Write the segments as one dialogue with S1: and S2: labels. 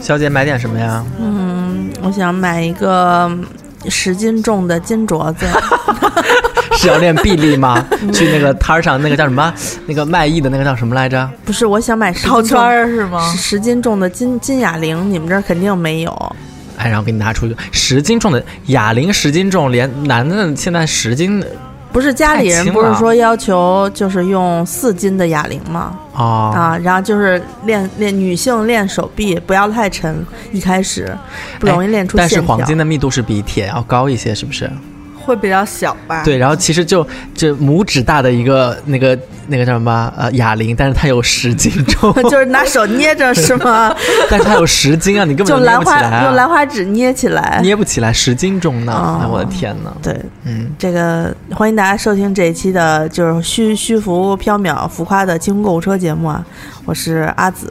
S1: 小姐买点什么呀？
S2: 嗯，我想买一个十斤重的金镯 子，
S1: 是要练臂力 吗？去那个摊儿上，那个叫什么？那个卖艺的那个叫什么来着？
S2: 不是，我想买十
S3: 套
S2: 斤
S3: 圈
S2: 重
S3: 儿是吗？
S2: 十十斤重的金金哑铃，你们这儿肯定没有。
S1: 哎，然后给你拿出去十斤重的哑铃，十斤重，连男的现在十斤
S2: 不是家里人
S1: 太轻
S2: 不
S1: 了
S2: 是说要求就是用四斤的哑铃吗？
S1: 哦，
S2: 啊，然后就是练练女性练手臂，不要太沉，一开始不容易练出
S1: 哎但是
S2: 线条。
S1: 黄金的密度是比铁要高一些，是不是？
S3: 会比较小吧？，
S1: 对，然后其实就这拇指大的一个那个那个叫什么呃哑铃，但是它有十斤重，
S2: 就是拿手捏着是 吗？
S1: 但是它有十斤啊，你根本
S2: 就
S1: 就捏
S2: 兰
S1: 不起
S2: 花、
S1: 来、
S2: 用兰
S1: 啊，
S2: 花指捏起来。
S1: 捏不起来十斤重呢！
S2: 哦
S1: 哎，我的天呐，
S2: 对，
S1: 嗯，
S2: 这个欢迎大家收听这一期的就是虚虚浮缥缈浮夸的清空购物车节目啊，我是阿紫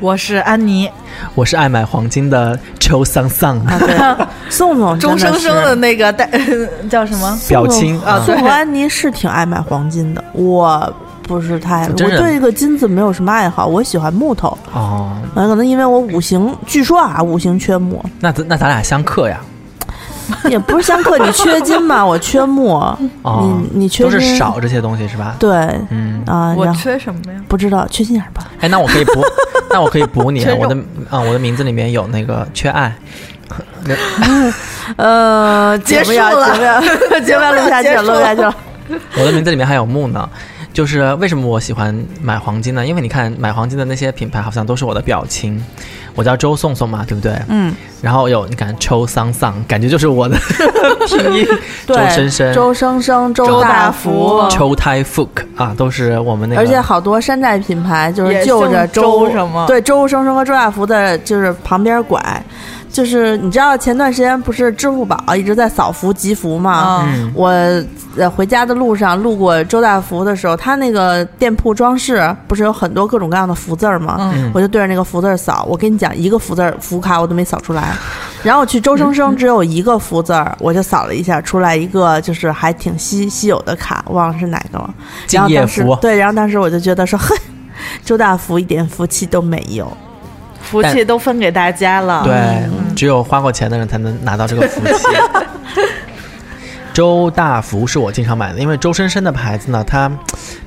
S3: 我是安妮，
S1: 我是爱买黄金的邱桑桑，
S2: 啊， 对，宋总真
S3: 钟
S2: 是
S3: 生生的那 个带叫什么？
S1: 表亲
S3: 啊
S1: 嗯
S3: 对
S2: 宋和安妮是挺爱买黄金的，我不是太，我
S1: 真人
S2: 对这个金子没有什么爱好，我喜欢木头，
S1: 哦，
S2: 嗯，可能因为我五行，据说啊五行缺木，
S1: 那咱那咱俩相克呀，
S2: 也不是相克，你缺金 嘛，我缺木，
S1: 哦，
S2: 你你缺
S1: 都是
S2: 金
S1: 少这些东西是吧？
S2: 对
S1: 嗯，
S2: 啊，
S3: 我
S2: 然后
S3: 缺什么哎 呀？
S2: 不知道缺心眼儿吧，
S1: 哎，那我可以 补，那我可以补你啊，
S3: 缺肉
S1: 我的啊、我的名字里面有那个缺爱，
S2: 呃，
S3: 结束
S2: 节目要
S3: 了
S2: 节目要节目要录下去了，
S3: 结束了
S2: 录下去 了，
S1: 我的名字里面还有木呢。就是为什么我喜欢买黄金呢？因为你看买黄金的那些品牌好像都是我的表亲，我叫周颂颂嘛，对不对？
S2: 嗯，
S1: 然后有你看周桑桑，感觉就是 我的拼音，周
S2: 对，
S1: 深深、
S2: 周生生、周
S3: 大
S2: 福。
S3: 福
S1: 邱泰富啊，都是我们那个。
S2: 而且好多山寨品牌就
S3: 也
S2: 是就着
S3: 姓周什么
S2: 对周生生和周大福的，就是旁边拐，就是你知道前段时间不是支付宝一直在扫福集福吗？
S3: 啊，
S1: 嗯，
S2: 我呃回家的路上路过周大福的时候，他那个店铺装饰不是有很多各种各样的福字儿吗？
S3: 嗯
S2: 我就对着那个福字儿扫，我跟你讲，一个福字儿福卡我都没扫出来。然后我去周生
S3: 嗯
S2: 生只有一个福字儿，我就扫了一下，出来一个就是还挺稀稀有的卡，忘了是哪个了。然
S1: 敬
S2: 后
S1: 业
S2: 当时
S1: 福，
S2: 对，然后当时我就觉得说，哼，周大福一点福气都没有。
S3: 福
S1: 但
S3: 气都分给大家了。
S1: 对，
S2: 嗯
S1: 只有花过钱的人才能拿到这个福气。 周大福是我经常买的，因为周生生的牌子呢，它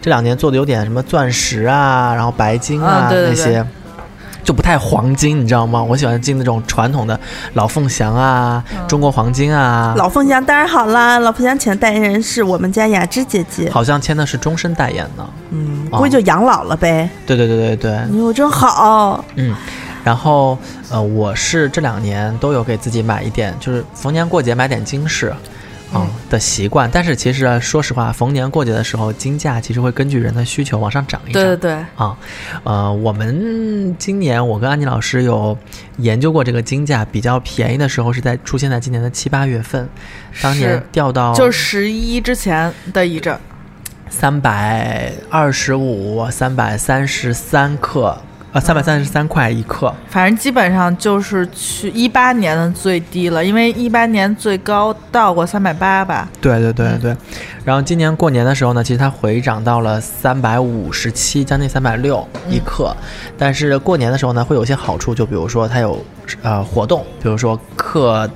S1: 这两年做的有点什么钻石啊，然后白金啊、
S3: 啊对对对
S1: 那些，就不太黄金，你知道吗？我喜欢进那种传统的老凤祥啊、中国黄金啊，
S2: 嗯老凤祥当然好啦，老凤祥请的代言人是我们家雅芝姐姐，
S1: 好像签的是终身代言呢。
S2: 嗯，
S1: 哦
S2: 估计就养老了呗。
S1: 对对对对对，
S2: 哎呦，真好！
S1: 嗯，然后呃，我是这两年都有给自己买一点，就是逢年过节买点金饰。
S3: 嗯
S1: 啊、的习惯，但是其实啊说实话，逢年过节的时候，金价其实会根据人的需求往上涨一涨。
S3: 对对对，
S1: 啊，呃，我们今年我跟安妮老师有研究过这个金价，比较便宜的时候是在出现在今年的七八月份，当年
S3: 是
S1: 掉到
S3: 就是十一之前的一阵儿，
S1: 三百二十五、三百三十三克，呃，三百三十三块一克。
S3: 反正基本上就是去一八年的最低了，因为一八年最高到过三百八吧。
S1: 对对对对，然后今年过年的时候呢，其实它回涨到了三百五十七，将近三百六
S3: 嗯
S1: 一克。但是过年的时候呢，会有一些好处，就比如说它有呃活动，比如说克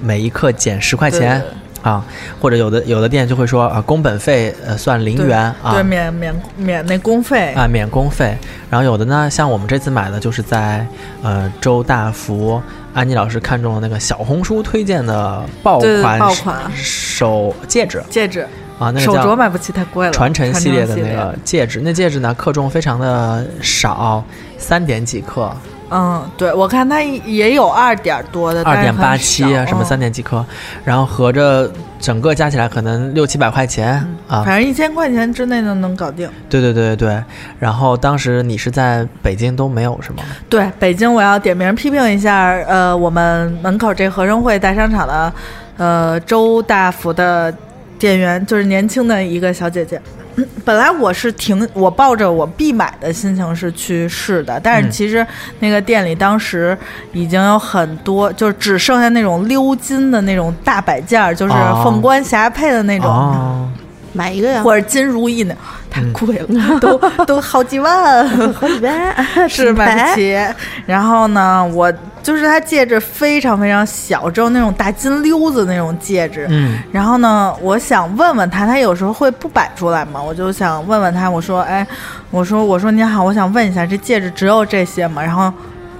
S1: 每一克减十块
S3: 对
S1: 钱
S3: 对
S1: 啊，或者有的有的店就会说啊、工本费呃算零
S3: 对
S1: 元啊
S3: 对，免免免那工费。
S1: 啊免工费。然后有的呢，像我们这次买的就是在呃周大福。安妮老师看中了那个小红书推荐的爆
S3: 对对
S1: 款
S3: 爆款
S1: 手戒指
S3: 戒指、
S1: 啊，那个
S3: 手
S1: 叫
S3: 镯买不起，太贵了。
S1: 传承系列的
S3: 传承
S1: 那个戒指，那戒指呢克重非常的少，三点几克，
S3: 嗯，对，我看它也有二点多的，
S1: 二点八七啊，什
S3: 但是呃很
S1: 么
S3: 少哦
S1: 三、点几克，然后合着整个加起来可能六七百块钱、
S3: 嗯
S1: 啊。
S3: 反正一千块钱之内就能搞定。
S1: 对对对对对。然后当时你是在北京都没有是吗？
S3: 对，北京我要点名批评一下，呃，我们门口这合生汇大商场的，呃，周大福的店员就是年轻的一个小姐姐。嗯本来我是挺我抱着我必买的心情是去试的，但是
S1: 嗯
S3: 其实那个店里当时已经有很多，就是只剩下那种鎏金的那种大摆件儿，就是
S1: 哦
S3: 凤冠霞帔的那种。
S1: 哦，
S4: 买一个呀，
S3: 或者金如意呢，太贵了，
S1: 嗯
S3: 都都好几万，
S4: 好 几百，
S3: 是
S4: 品
S3: 买不
S4: 牌
S3: 起。然后呢，我就是它戒指非常非常小，只有那种大金溜子那种戒指。
S1: 嗯，
S3: 然后呢，我想问问他，他有时候会不摆出来嘛？我就想问问他，我说，哎，我说，我说您好，我想问一下，这戒指只有这些吗？然后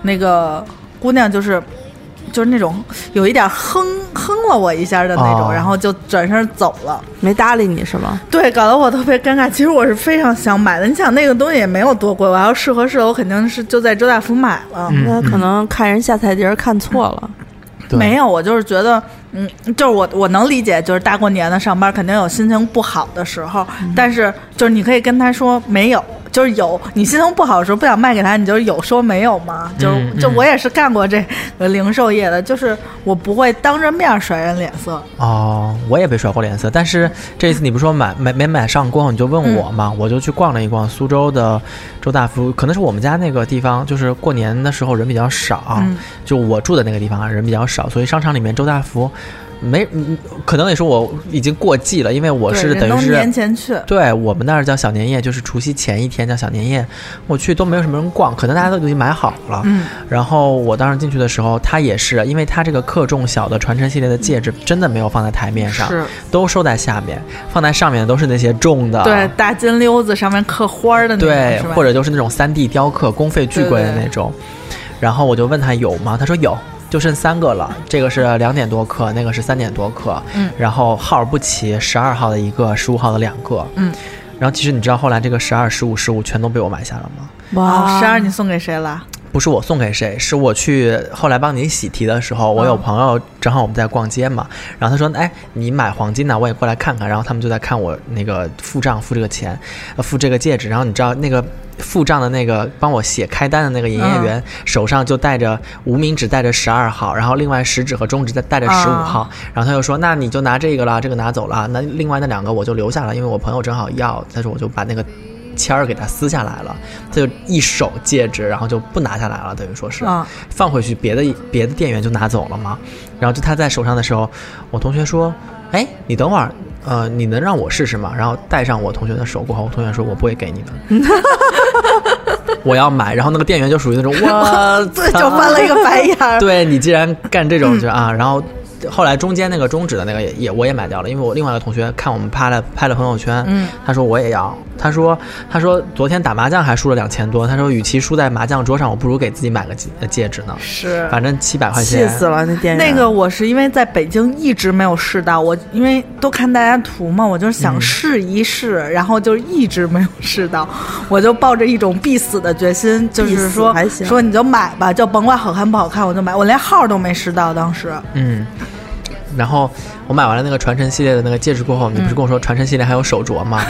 S3: 那个姑娘就是。就是那种有一点哼哼了我一下的那种，
S1: 哦
S3: 然后就转身走了。
S2: 没搭理你是吗？
S3: 对，搞得我特别尴尬。其实我是非常想买的，你想那个东西也没有多贵，我要是合适的，我肯定是就在周大福买了。
S1: 嗯
S2: 那可能看人下菜碟儿看错了，
S1: 对
S3: 没有，我就是觉得，嗯，就是我我能理解，就是大过年的上班肯定有心情不好的时候，
S1: 嗯
S3: 但是就是你可以跟他说没有，就是有你心情不好的时候不想卖给他，你就是有说没有嘛。就是、
S1: 嗯
S3: 就
S1: 嗯
S3: 我也是干过这个零售业的，就是我不会当着面甩人脸色。
S1: 哦，我也被甩过脸色，但是这一次你不是说买没没买上过后你就
S3: 嗯
S1: 问我嘛，我就去逛了一逛苏州的周大福，可能是我们家那个地方，就是过年的时候人比较少，
S3: 嗯
S1: 就我住的那个地方啊人比较少，所以商场里面周大福没，嗯可能也是我已经过季了，因为我
S3: 对
S1: 是
S3: 人
S1: 等
S3: 都
S1: 于是啊
S3: 年前去，
S1: 对我们那儿叫小年夜，就是除夕前一天叫小年夜，我去都没有什么人逛，可能大家都已经买好了。
S3: 嗯，
S1: 然后我当时进去的时候，它也是，啊因为它这个克重小的传承系列的戒指真的没有放在台面上，
S3: 是
S1: 都收在下面，放在上面的都是那些重的，
S3: 对，大金溜子上面刻花儿的那种，
S1: 啊对
S3: 是，吧
S1: 或者就是那种三 D 雕刻，工费巨贵的那种。然后我就问他有吗？他说有，就剩三个了。这个是两点多克，那个是三点多克。
S3: 嗯
S1: 然后号不齐，十二号的一个，十五号的两个。
S3: 嗯。
S1: 然后其实你知道后来这个十二、十五、十五全都被我买下了吗？
S3: 哦，
S1: 啊
S2: 哇，
S3: 十二 你送给谁了？
S1: 不是我送给谁，是我去后来帮你喜提的时候，我有朋友正好我们在逛街嘛，然后他说：“哎，你买黄金呢，我也过来看看。”然后他们就在看我那个付账付这个钱，呃付这个戒指。然后你知道那个付账的那个帮我写开单的那个营业员、手上就带着无名指带着十二号，然后另外食指和中指再带着十五号。然后他就说：“那你就拿这个啦，这个拿走了，那另外那两个我就留下了，因为我朋友正好要。”他说：“我就把那个签儿给它撕下来了，他就一手戒指，然后就不拿下来了，等于说是、
S3: 啊
S1: 放回去，别的别的店员就拿走了嘛。然后就他在手上的时候，我同学说：“哎，你等会儿，呃，你能让我试试吗？”然后戴上我同学的手过后，我同学说：“我不会给你的，我要买。”然后那个店员就属于那种啊我
S3: 对，就
S1: 操
S3: 翻了一个白眼 儿。
S1: 对你既然干这种就啊，然后后来中间那个中指的那个也也我也买掉了，因为我另外一个同学看我们拍了拍了朋友圈，
S3: 嗯
S1: 他说我也要，他说他说昨天打麻将还输了两千多，他说与其输在麻将桌上，我不如给自己买个戒呃戒指呢，
S3: 是
S1: 反正七百块
S2: 气
S1: 钱，
S2: 死了那店员。
S3: 那个，我是因为在北京一直没有试到，我因为都看大家图嘛，我就是想试一试，
S1: 嗯
S3: 然后就一直没有试到，我就抱着一种必死的决心，就
S2: 必
S3: 是
S2: 死
S3: 说
S2: 还行
S3: 说你就买吧，就甭管好看不好看，我就买，我连号都没试到，当时
S1: 嗯。然后我买完了那个传承系列的那个戒指过后，你不是跟我说传承系列还有手镯 吗？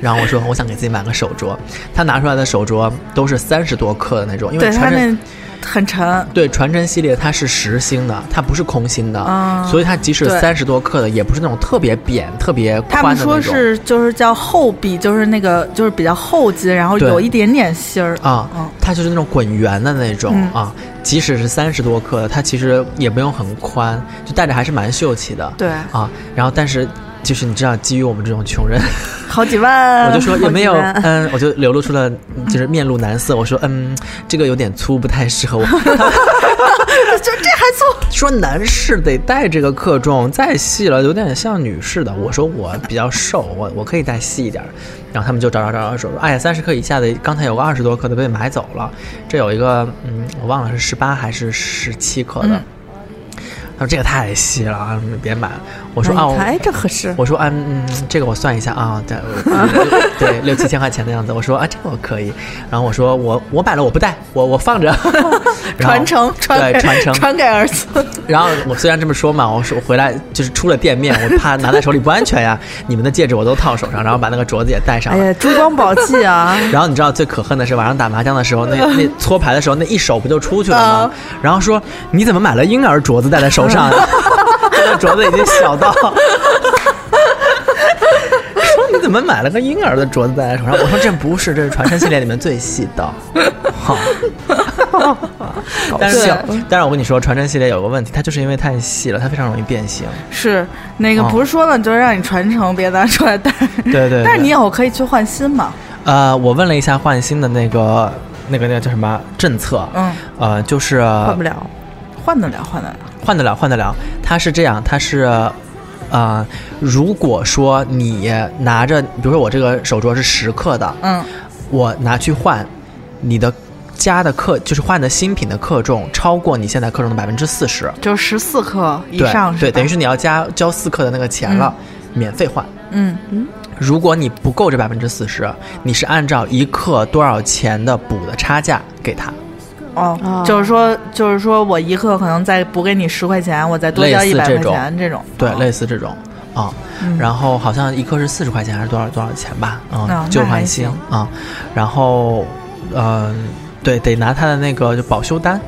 S1: 然后我说我想给自己买个手镯，他拿出来的手镯都是三十多克的那种，因为
S3: 对它
S1: 传承
S3: 那很沉，
S1: 对，传承系列它是实心的，它不是空心的，
S3: 啊
S1: 所以它即使
S3: 对
S1: 三十多克的，也不是那种特别扁、特别
S3: 他
S1: 宽的
S3: 们
S1: 那种。
S3: 说是就是叫厚壁，就是那个就是比较厚金，然后
S1: 对
S3: 有一点点芯儿
S1: 啊，
S3: 嗯
S1: 它就是那种滚圆的那种、
S3: 嗯
S1: 啊，即使是三十多克的，它其实也不用很宽，就戴着还是蛮秀气的。
S3: 对，
S1: 啊，然后但是就是你知道，基于我们这种穷人，
S3: 好几万，
S1: 我就说也没有，
S2: 好奇怪
S1: 嗯，我就流露出了就是面露难色，我说嗯，这个有点粗，不太适合我。
S3: 就这还做
S1: 说男士得戴这个克重，再细了有点像女士的。我说我比较瘦，我我可以戴细一点儿。然后他们就找找找找找说，哎呀，三十克以下的，刚才有个二十多克的被买走了，这有一个嗯，我忘了是十八还是十七克的。
S3: 嗯
S1: 他说这个太细了啊，你别买。我
S2: 我
S1: 说啊，我
S2: 哎，这合适。
S1: 我说啊，嗯，这个我算一下啊，对，我对， 六七千块钱的样子。我说啊，这个我可以。然后我说我我买了，我不戴，我我放 着，然后
S3: 传承，传
S1: 啊对
S3: 给
S1: 传承。
S3: 传给儿子。
S1: 然后我虽然这么说嘛，我说我回来就是出了店面，我怕拿在手里不安全呀。你们的戒指我都套手上，然后把那个镯子也戴上
S2: 哎
S1: 了。
S2: 呀，珠光宝气 啊！
S1: 然后你知道最可恨的是晚上打麻将的时候， 那那搓牌的时候，那一手不就出去了
S3: 嗯
S1: 吗？然后说你怎么买了婴儿镯子戴在手上？啊这个镯子已经小到，说你怎么买了个婴 儿的镯子戴在手上？我说这不是，这是传承系列里面最细的。好，但是
S3: 笑，
S1: 但是我跟你说，传真系列有个问题，它就是因为太细了，它非常容易变形。
S3: 是那个
S1: 哦
S3: 不是说了，就是让你传承，别拿出来带。
S1: 对对对
S3: 嗯 但是你以后可以去换新嘛。
S1: 呃，我问了一下换新的那个那个那个叫什么政策，
S3: 嗯，
S1: 呃，就是
S2: 换不了。
S3: 换得了，换得了。
S1: 换得了，换得了。它是这样，它是，呃，如果说你拿着，比如说我这个手镯是十克的，
S3: 嗯，
S1: 我拿去换，你的加的克就是换的新品的克重超过你现在克重的百分之四十
S3: 就十四克以
S1: 对
S3: 上
S1: 对，
S3: 吧
S1: 等于是你要加交四克的那个钱了，免费换。
S3: 嗯，
S1: 如果你不够这百分之四十，你是按照一克多少钱的补的差价给他，
S3: 哦
S2: 哦，
S3: 就是说，就是说我一克可能再补给你十块钱，我再多交
S1: 类
S3: 一
S1: 似
S3: 百块
S1: 这种
S3: 钱，这种
S1: 对，
S3: 哦嗯
S1: 类似这种啊。然后好像一克是四十块钱还是多少多少钱吧？
S3: 哦那
S1: 啊，旧
S3: 还
S1: 换新
S3: 行
S1: 啊。然后，嗯，对，得拿他的那个就保修单。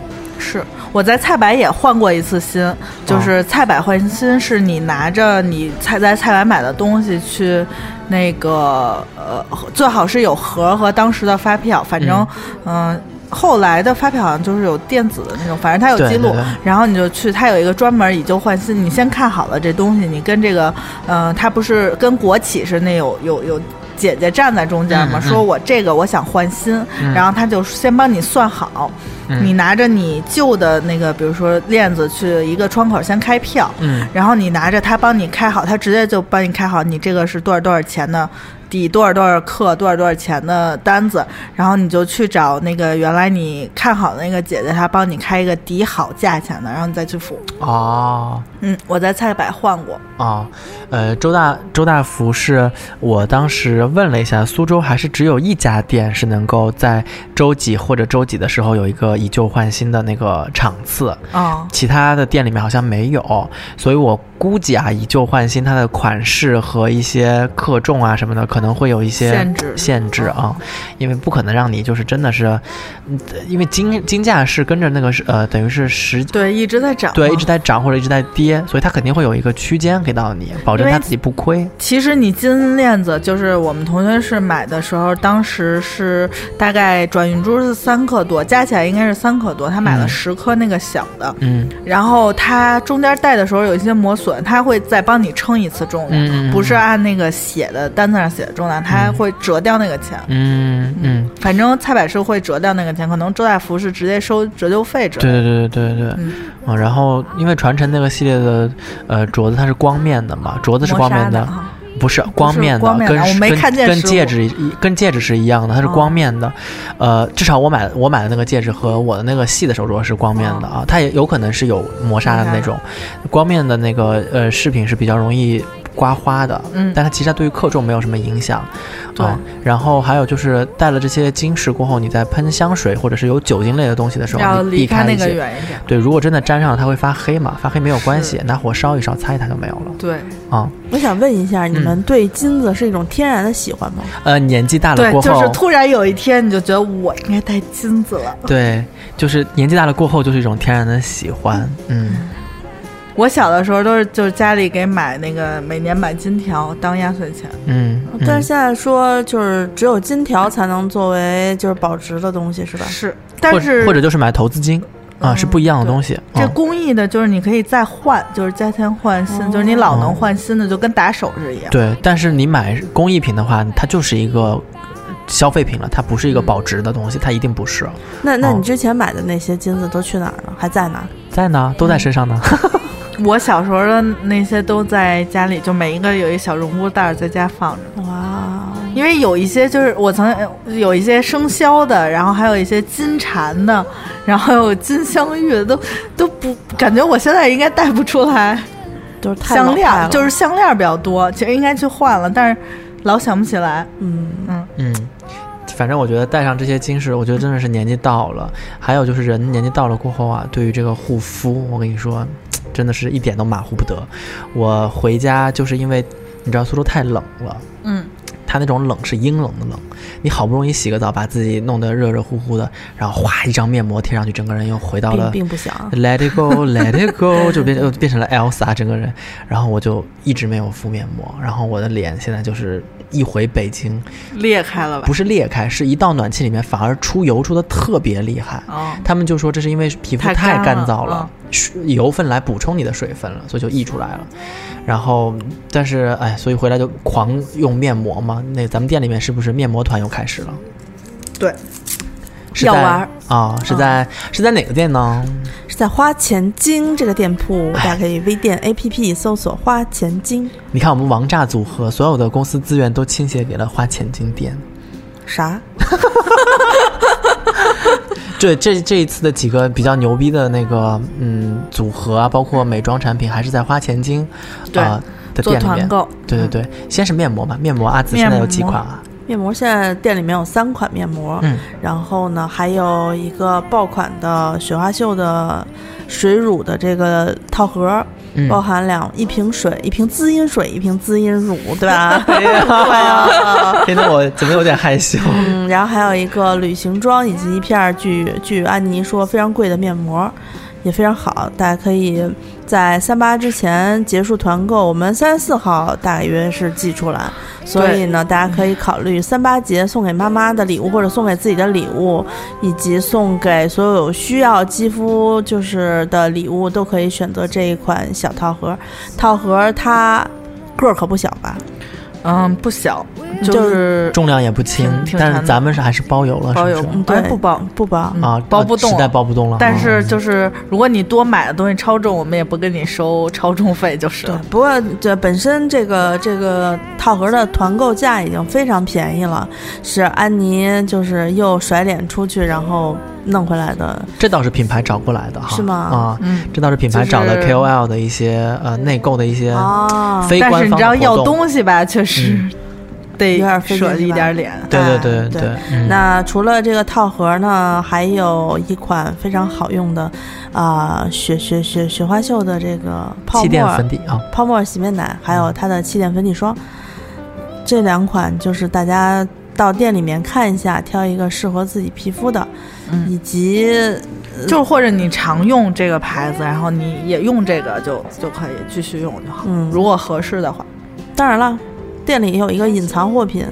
S3: 是我在菜百也换过一次新，
S1: 哦
S3: 就是菜百换新是你拿着你菜在菜百买的东西去那个呃，最好是有盒和当时的发票，反正嗯。后来的发票好像就是有电子的那种，反正它有
S1: 对
S3: 记录，
S1: 对对
S3: 然后你就去，它有一个专门以旧换新，你先看好了这东西，你跟这个，呃，它不是跟国企是那有有有姐姐站在中间
S1: 嗯
S3: 嘛，
S1: 嗯嗯
S3: 说我这个我想换新，然后他就先帮你算好，你拿着你旧的那个，比如说链子去一个窗口先开票，
S1: 嗯
S3: 然后你拿着它帮你开好，它直接就帮你开好，你这个是多少多少钱的。抵多少多少克多少多少钱的单子，然后你就去找那个原来你看好的那个姐姐，她帮你开一个抵好价钱的，然后你再去付。
S1: 哦
S3: 嗯，我在菜百换过，
S1: 哦，呃，周大周大福是我当时问了一下，苏州还是只有一家店是能够在周几或者周几的时候有一个以旧换新的那个场次。
S3: 啊、
S1: 其他的店里面好像没有，所以我估计啊，以旧换新，它的款式和一些克重啊什么的，可能会有一些
S3: 限制
S1: 限制啊，因为不可能让你就是真的是，嗯因为金金价是跟着那个是呃，等于是实
S3: 对，一直在涨嘛，
S1: 对一直在涨或者一直在跌，所以它肯定会有一个区间给到你，保证
S3: 因为
S1: 它自己不亏。
S3: 其实你金链子就是我们同学是买的时候，当时是大概转运珠是三克多，加起来应该是三克多。他买了
S1: 嗯
S3: 十颗那个小的，
S1: 嗯
S3: 然后他中间戴的时候有一些磨损，他会再帮你称一次重量，
S1: 嗯嗯嗯
S3: 不是啊按那个写的单子上写的重量，他会折掉那个钱。
S1: 嗯嗯，
S3: 反正菜百是会折掉那个钱，可能周大福是直接收折旧费折。
S1: 对对对对对对。
S3: 嗯
S1: 嗯，然后因为传承那个系列的呃镯子它是光面的嘛，镯子是
S3: 磨
S1: 光
S3: 砂
S1: 面
S3: 的
S1: 的。
S3: 啊
S1: 不是光面的，
S3: 光面的
S1: 跟
S3: 我没
S1: 跟
S3: 看见
S1: 跟
S3: 实物
S1: 戒指一跟戒指是一样的，它是
S3: 哦
S1: 光面的。呃，至少我买我买的那个戒指和我的那个细的手镯是光面的啊，它也有可能是有磨砂的
S3: 哦磨砂
S1: 那种。光面的那个呃饰品是比较容易刮花的，
S3: 嗯
S1: 但它其实它对于克重没有什么影响。
S3: 对
S1: 啊然后还有就是戴了这些金饰过后，你在喷香水或者是有酒精类的东西的时
S3: 要
S1: 候，你
S3: 离
S1: 避
S3: 开
S1: 开
S3: 那
S1: 一
S3: 个
S1: 些。
S3: 远一点。
S1: 对，如果真的沾上了，它会发黑嘛？发黑没有关系，拿火烧一烧，擦一擦就没有了
S3: 对，
S1: 啊、
S2: 我想问一下，你
S1: 嗯
S2: 们对金子是一种天然的喜欢吗？
S1: 呃，年纪大了
S3: 对
S1: 过，后，
S3: 就是突然有一天你就觉得我应该戴金子了。
S1: 对，就是年纪大了过后，就是一种天然的喜欢。嗯，
S3: 我小的时候都是就是家里给买那个每年买金条当压岁钱，
S1: 嗯，嗯
S2: 但是现在说就是只有金条才能作为就是保值的东西是吧？
S3: 是，
S1: 或
S3: 但
S1: 者
S3: 是
S1: 或者就是买投资金啊，
S3: 嗯
S1: 是不一样的
S3: 对
S1: 东西。
S3: 这
S1: 嗯
S3: 工艺的就是你可以再换，就是加钱换新，就是你老
S1: 哦
S3: 能换新的，就跟打首饰一样。
S1: 对，但是你买工艺品的话，它就是一个消费品了，它不是
S3: 嗯
S1: 一个保值的东西，它一定不是。
S2: 那那
S1: 哦
S2: 你之前买的那些金子都去哪儿了？还在哪儿？
S1: 在呢，都在身上呢。
S3: 我小时候的那些都在家里，就每一个有一小绒布袋儿在家放着，
S2: 哇，
S3: 因为有一些就是我曾有一些生肖的，然后还有一些金蝉的，然后还有金镶玉的，都都不感觉我现在应该戴不出来。
S2: 就是太
S3: 项链
S2: 老派
S3: 儿
S2: 了
S3: 就是项链儿比较多，其实应该去换了，但是老想不起来。
S2: 嗯，
S1: 嗯。反正我觉得戴上这些金饰，我觉得真的是年纪到了。还有就是人年纪到了过后啊，对于这个护肤，我跟你说，真的是一点都马虎不得。我回家就是因为你知道苏州太冷了，
S3: 嗯，
S1: 它那种冷是阴冷的冷，你好不容易洗个澡，把自己弄得热热乎乎的，然后哗一张面膜贴上去，整个人又回到
S2: 并
S1: 了
S2: 并不啊想。
S1: Let it go, let it go，就变 就变成了 Elsa 整个人。然后我就一直没有敷面膜，然后我的脸现在就是一回北京，
S3: 裂开了吧
S1: 不？是裂开，是一到暖气里面反而出油出的特别厉害。
S3: 哦，
S1: 他们就说这是因为皮肤
S3: 太
S1: 太
S3: 干
S1: 干
S3: 了嗯
S1: 燥了，水油分来补充你的水分了，所以就溢出来了。然后，但是哎，所以回来就狂用面膜嘛。那咱们店里面是不是面膜团又开始了？
S3: 对，
S1: 是
S2: 药
S1: 在
S2: 丸儿
S1: 啊、是在、是在哪个店呢？
S2: 是在花钱精这个店铺，
S1: 哎
S2: 大家可以微店 APP 搜索“花钱精
S1: 你看我们王炸组合，所有的公司资源都倾斜给了花钱金店。”
S2: 啥？
S1: 这这这一次的几个比较牛逼的那个嗯组合啊，包括美妆产品，还是在花钱精
S3: 对
S1: 啊、的
S3: 做
S1: 店里
S3: 团
S1: 面。
S3: 购，
S1: 对对对，先是面膜吧，面膜阿紫
S3: 嗯面
S1: 现
S3: 膜
S1: 在有几款啊？
S2: 面膜现在店里面有三款面膜，
S1: 嗯，
S2: 然后呢还有一个爆款的雪花秀的水乳的这个套盒，
S1: 嗯
S2: 包含两一瓶水、一瓶滋阴水、一瓶滋阴乳，对吧？
S1: 哎呀，天呐，我怎么有点害 羞？
S2: 嗯，然后还有一个旅行装，以及一片儿据据安妮说非常贵的面膜，也非常好，大家可以在三八之前结束团购，我们三十四号大约是寄出来，所以呢，大家可以考虑三八节送给妈妈的礼物，或者送给自己的礼物，以及送给所有有需要肌肤就是的礼物，都可以选择这一款小套盒。套盒它个儿可不小吧？
S3: 嗯，不小，
S2: 就
S3: 就是
S1: 重量也不轻
S3: 挺，挺
S1: 但
S3: 馋
S1: 是
S3: 的
S1: 咱们是还是包邮了，
S3: 包
S1: 是
S3: 邮
S1: 不
S2: 嗯
S1: 是？
S2: 对
S3: 哎，不包。
S2: 不薄，
S1: 啊，
S3: 包不动
S1: 实在包不动了。
S3: 但
S1: 哦
S3: 是就是，如果你多买的东西超重，我们也不跟你收超重费，就是
S2: 对
S3: 了。，
S2: 不过这本身这个这个套盒的团购价已经非常便宜了，是安妮就是又甩脸出去，然后弄回来的。
S1: 这倒是品牌找过来的哈，
S2: 是吗
S1: 啊，
S3: 嗯，
S1: 这倒是品牌
S3: 就是
S1: 找了 KOL 的一些呃内购的一些
S2: 哦，
S1: 非
S3: 但是
S1: 官
S3: 你
S1: 方
S3: 知道
S1: 的
S3: 要
S1: 活动。嗯
S3: 东西啊吧，确实得
S2: 有点费劲
S3: 舍
S2: 是
S3: 一
S2: 吧
S3: 点脸。
S1: 对对对
S2: 哎
S1: 对
S2: 对
S1: 对嗯
S2: 那除了这个套盒呢，还有一款非常好用的，啊、雪雪雪雪花秀的这个泡
S1: 气垫
S2: 沫
S1: 粉嗯底啊，
S2: 泡沫洗面奶，还有它的气垫粉底霜，这两款就是大家到店里面看一下，挑一个适合自己皮肤的，
S3: 嗯
S2: 以及
S3: 就是或者你常用这个牌子，然后你也用这个就就可以继续用就好。
S2: 嗯
S3: 如果合适的话，
S2: 当然了，店里有一个隐藏货品，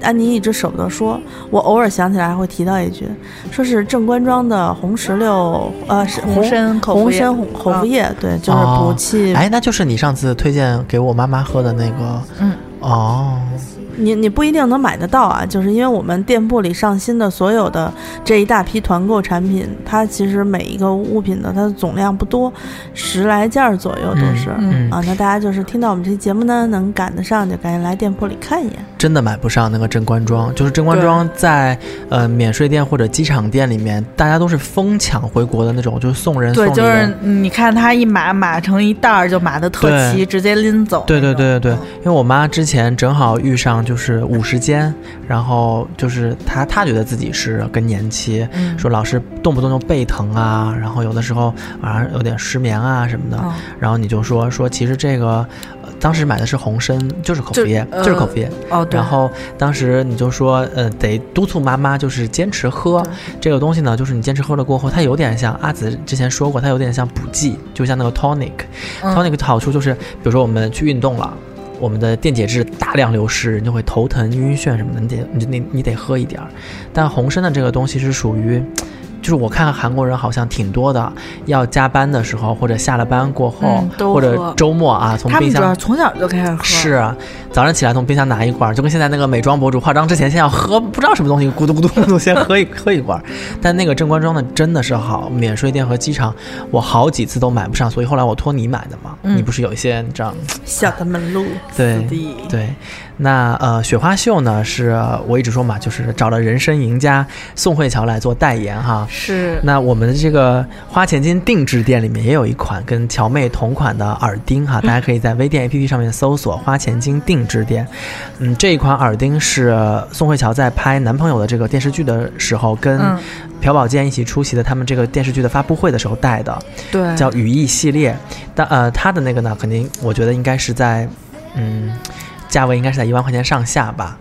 S2: 安妮一直舍不得说，我偶尔想起来还会提到一句，说是正官庄的红石榴，呃，是
S3: 红参口服
S2: 红
S3: 液
S2: 参红口服液，对，就是
S1: 哦
S2: 补气。
S1: 哎，那就是你上次推荐给我妈妈喝的那个，
S3: 嗯，
S1: 哦，
S2: 你你不一定能买得到啊，就是因为我们店铺里上新的所有的这一大批团购产品，它其实每一个物品的它的总量不多，十来件儿左右都是。
S1: 嗯
S2: 啊，那大家就是听到我们这期节目呢，能赶得上就赶紧来店铺里看一眼。
S1: 真的买不上那个贞观庄，就是贞观庄在呃免税店或者机场店里面，大家都是疯抢回国的那种，就是送人送
S3: 对，
S1: 礼的。
S3: 就是你看他一码码成一袋儿，就码的特齐，直接拎走。
S1: 对对对对对，因为我妈之前正好遇上就是五十肩，然后就是她她觉得自己是更年期，
S3: 嗯，
S1: 说老是动不动就背疼啊，然后有的时候晚上有点失眠啊什么的，
S3: 嗯
S1: 然后你就说说其实这个、呃当时买的是红参，就是口服
S3: 就
S1: 液，
S3: 呃
S1: 就是口服液，
S3: 哦对，
S1: 然后当时你就说，呃，得督促妈妈就是坚持喝
S3: 对
S1: 这个东西呢，就是你坚持喝了过后，它有点像阿紫之前说过，它有点像补剂，就像那个 tonic、
S3: 嗯
S1: tonic 的好处就是，比如说我们去运动了。我们的电解质大量流失，你就会头疼、晕眩什么的，你得你你你得喝一点儿。但红参的这个东西是属于，就是我看韩国人好像挺多的，要加班的时候或者下了班过后，
S3: 嗯都
S1: 或者
S3: 喝
S1: 周末啊，从
S3: 他
S1: 冰
S3: 们主
S1: 箱
S3: 要从小就开始喝，
S1: 是啊，早上起来从冰箱拿一罐儿，就跟现在那个美妆博主化妆之前先要喝不知道什么东西，咕嘟咕嘟咕嘟先喝一喝一罐儿。但那个正官庄的真的是好，免税店和机场我好几次都买不上，所以后来我托你买的嘛。
S3: 嗯
S1: 你不是有一些你知道？
S2: 小的门路，
S1: 对
S3: 地
S1: 哎对，那呃，雪花秀呢是呃我一直说嘛，就是找了人生赢家宋慧乔来做代言哈。
S3: 是
S1: 那我们的这个花钱金定制店里面也有一款跟乔妹同款的耳钉哈，大家可以在微店 APP 上面搜索“花钱金定制店”。嗯，这一款耳钉是宋慧乔在拍男朋友的这个电视剧的时候，跟
S3: 嗯
S1: 朴宝剑一起出席的他们这个电视剧的发布会的时候戴的，
S3: 对
S1: 叫羽翼系列。但呃，它的那个呢，肯定我觉得应该是在嗯，价位应该是在一万块钱上下吧。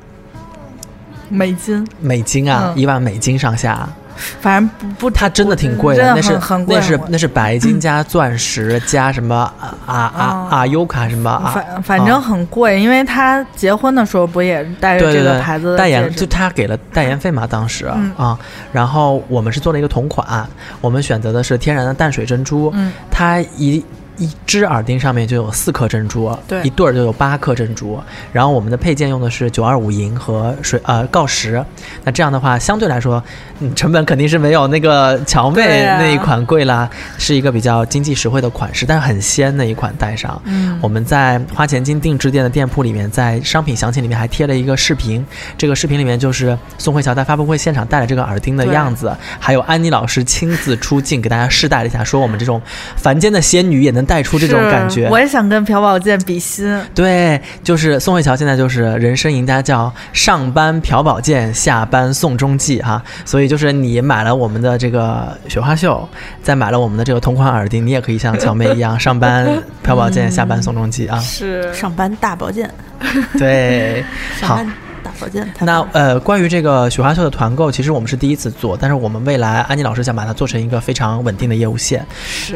S3: 美金，
S1: 美金啊，
S3: 嗯
S1: 一万美金上下，啊
S3: 反正不不
S1: 它真的挺贵
S3: 真的
S1: 那是
S3: 很很贵
S1: 那是
S3: 很贵
S1: 那是白金加钻 石加什么啊啊啊啊优卡什么啊，
S3: 哦反反正很贵，因为他结婚的时候不也带着
S1: 对
S3: 这
S1: 对
S3: 个牌子
S1: 对，
S3: 的
S1: 代言
S3: 戒指
S1: 就他给了代言费嘛，当时
S3: 嗯
S1: 啊，然后我们是做了一个同款，我们选择的是天然的淡水珍珠，
S3: 嗯
S1: 它一一只耳钉上面就有四颗珍珠，
S3: 对
S1: 一对儿就有八颗珍珠。然后我们的配件用的是九二五银和水呃锆石，那这样的话相对来说，嗯，成本肯定是没有那个乔妹
S3: 对啊
S1: 那一款贵啦，是一个比较经济实惠的款式，但是很仙的一款戴上。
S3: 嗯
S1: 我们在花钱精定制店的店铺里面，在商品详情里面还贴了一个视频，这个视频里面就是宋慧乔在发布会现场戴了这个耳钉的
S3: 对
S1: 样子，还有安妮老师亲自出镜给大家试戴了一下，说我们这种凡间的仙女也能戴出这种
S3: 是
S1: 感觉
S3: 我。也想跟朴宝剑比心，
S1: 对，就是宋慧乔现在就是人生赢家，叫上班朴宝剑，下班宋仲基哈、所以就是你买了我们的这个雪花秀，再买了我们的这个同款耳钉，你也可以像乔妹一样，上班朴宝剑，下班宋仲基啊。
S3: 是
S2: 上班大保健，
S1: 对，
S2: 上
S1: 好
S2: 班。大保健。
S1: 那呃，关于这个雪花秀的团购，其实我们是第一次做，但是我们未来安妮老师想把它做成一个非常稳定的业务线，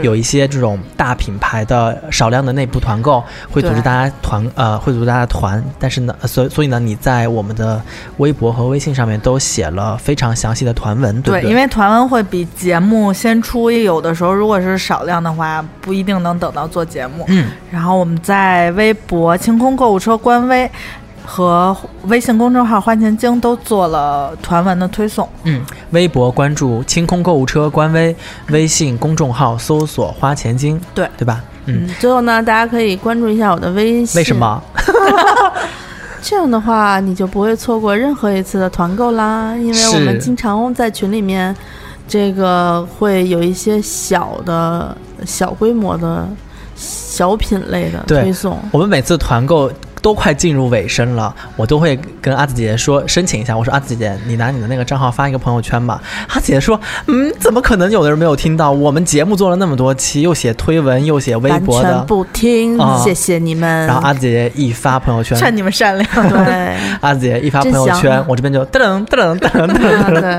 S1: 有一些这种大品牌的少量的内部团购，会组织
S3: 对
S1: 大家团呃，会组织大家团，但是呢，呃所以所以呢，你在我们的微博和微信上面都写了非常详细的团文，不
S3: 对，
S1: 对？
S3: 因为团文会比节目先出，有的时候如果是少量的话，不一定能等到做节目。
S1: 嗯，
S3: 然后我们在微博“清空购物车”官微和微信公众号“花钱精”都做了团文的推送。
S1: 嗯，微博关注“清空购物车”官微，微信公众号搜索“花钱精”，
S3: 对
S1: 对吧？嗯，
S2: 嗯，最后呢，大家可以关注一下我的微信。
S1: 为什？么？
S2: 这样的话，你就不会错过任何一次的团购啦，因为
S1: 是
S2: 我们经常在群里面，这个会有一些小的、小规模的小品类的
S1: 对
S2: 推送。
S1: 我们每次团购都快进入尾声了，我都会跟阿紫姐姐说申请一下。我说阿紫姐姐，你拿你的那个账号发一个朋友圈吧。阿紫姐姐说，嗯，怎么可能？有的人没有听到，我们节目做了那么多期，又写推文，又写微
S2: 完
S1: 博
S2: 全
S1: 的。
S2: 不听，
S1: 啊
S2: 谢谢你们。
S1: 然后阿紫姐姐一发朋友圈，
S3: 劝你们善良。
S2: 对
S1: 阿紫姐姐一发朋
S2: 真
S1: 友
S2: 香
S1: 圈，我这边就噔噔噔噔 噔
S2: 啊对
S1: 噔，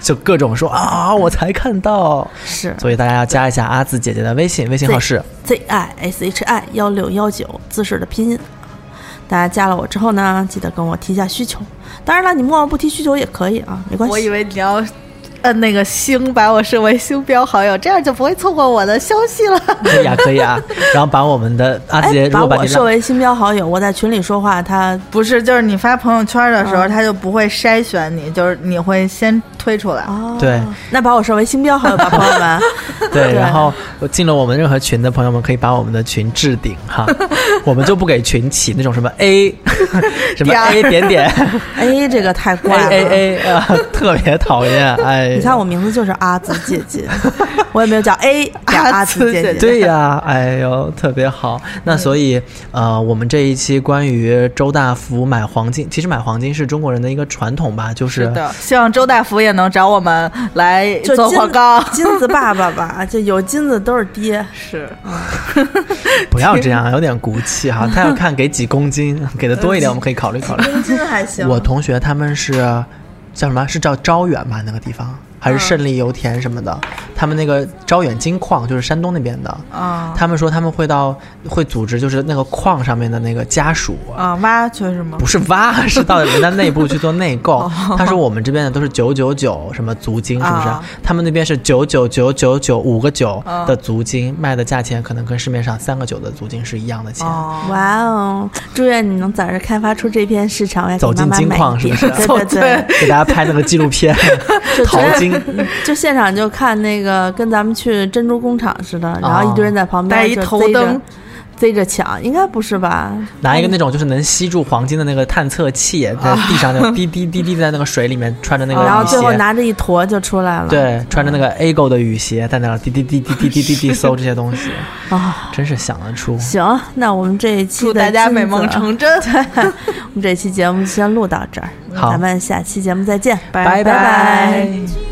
S1: 就各种说啊，我才看到。
S2: 是
S1: 所以大家要加一下阿紫姐姐的微信，微信号是
S2: Z I S H I 幺六幺九姿势的拼音。大家加了我之后呢，记得跟我提一下需求。当然了，你默默不提需求也可以啊，没关系。
S3: 我以为你要摁那个星，把我设为星标好友，这样就不会错过我的消息了。
S1: 可以啊，可以啊。然后把我们的阿紫姐姐，
S2: 哎，
S1: 如
S2: 把
S1: 果把
S2: 我
S1: 你
S2: 设
S1: 拉
S2: 为新标好友，我在群里说话，他
S3: 不是，就是你发朋友圈的时候，
S2: 嗯
S3: 他就不会筛选你，就是你会先推出来。
S2: 哦，
S1: 对，
S2: 那把我设为新标好友吧，朋友们。
S1: 对，然后进了我们任何群的朋友们，可以把我们的群置顶哈，我们就不给群起那种什么 A，什么
S3: 点儿
S1: A 点点
S2: A 哎这个太
S1: A
S2: 怪了。
S1: A A 啊，特别讨厌。哎，
S2: 你看我名字就是阿紫姐姐，我也没有叫 A 叫阿紫姐
S3: 阿紫姐
S2: 姐。
S3: 姐
S1: 对呀、哎呦，特别好。那所以，呃，我们这一期关于周大福买黄金，其实买黄金是中国人的一个传统吧，就是
S3: 是的，希望周大福也能找我们来
S2: 就
S3: 做
S2: 金
S3: 广告。
S2: 金子爸爸吧，就有金子 都是爹。
S3: 是，
S1: 不要这样，有点骨气哈。他要看给几公斤，给的多一点，我们可以考虑考虑。
S2: 金还行
S1: 我同学他们是叫什么？是叫招远吧？那个地方还是胜利油田什么的？他们那个招远金矿就是山东那边的。
S3: 啊
S1: 他们说他们会到会组织，就是那个矿上面的那个家属，
S3: 啊，挖去是吗
S1: 不？是挖，是到人家内部去做内购。他说我们这边的都是九九九什么足金，是不是
S3: 啊？
S1: 他们那边是九九九九九五个九
S3: 啊
S1: 的足金，卖的价钱可能跟市面上三个九的足金是一样的钱。
S3: 哦，
S2: 哇哦！祝愿你能早日开发出这片市场，我也给
S1: 走进
S2: 妈妈
S1: 金
S2: 买
S1: 矿
S2: 一点
S1: 是不是
S2: 对对对，
S1: 给大家拍那个纪录片，
S2: 就
S1: 淘金。
S2: 就现场就看那个跟咱们去珍珠工厂似的，然后一堆人在旁边
S3: 带一
S2: 就
S3: 头
S2: 贼着
S3: 灯，
S2: 贼着抢，应该不是吧？
S1: 拿一个那种就是能吸住黄金的那个探测器，在地上就滴滴滴滴在那个水里面，穿着那个
S2: 然后
S1: 雨
S2: 最后
S1: 鞋，
S2: 拿着一坨就出来了。
S1: 嗯对，穿着那个 AGO 的雨鞋，在那儿滴滴滴滴滴滴滴滴搜这些东西，
S2: 啊，
S1: 真是想得出。
S2: 行，那我们这一期
S3: 祝
S2: 的
S3: 大家
S2: 金
S3: 美
S2: 子
S3: 梦成真。
S2: 我们这期节目就先录到这儿，
S1: 好
S2: 咱们下期节目再见，
S1: 拜
S2: 拜拜
S1: 拜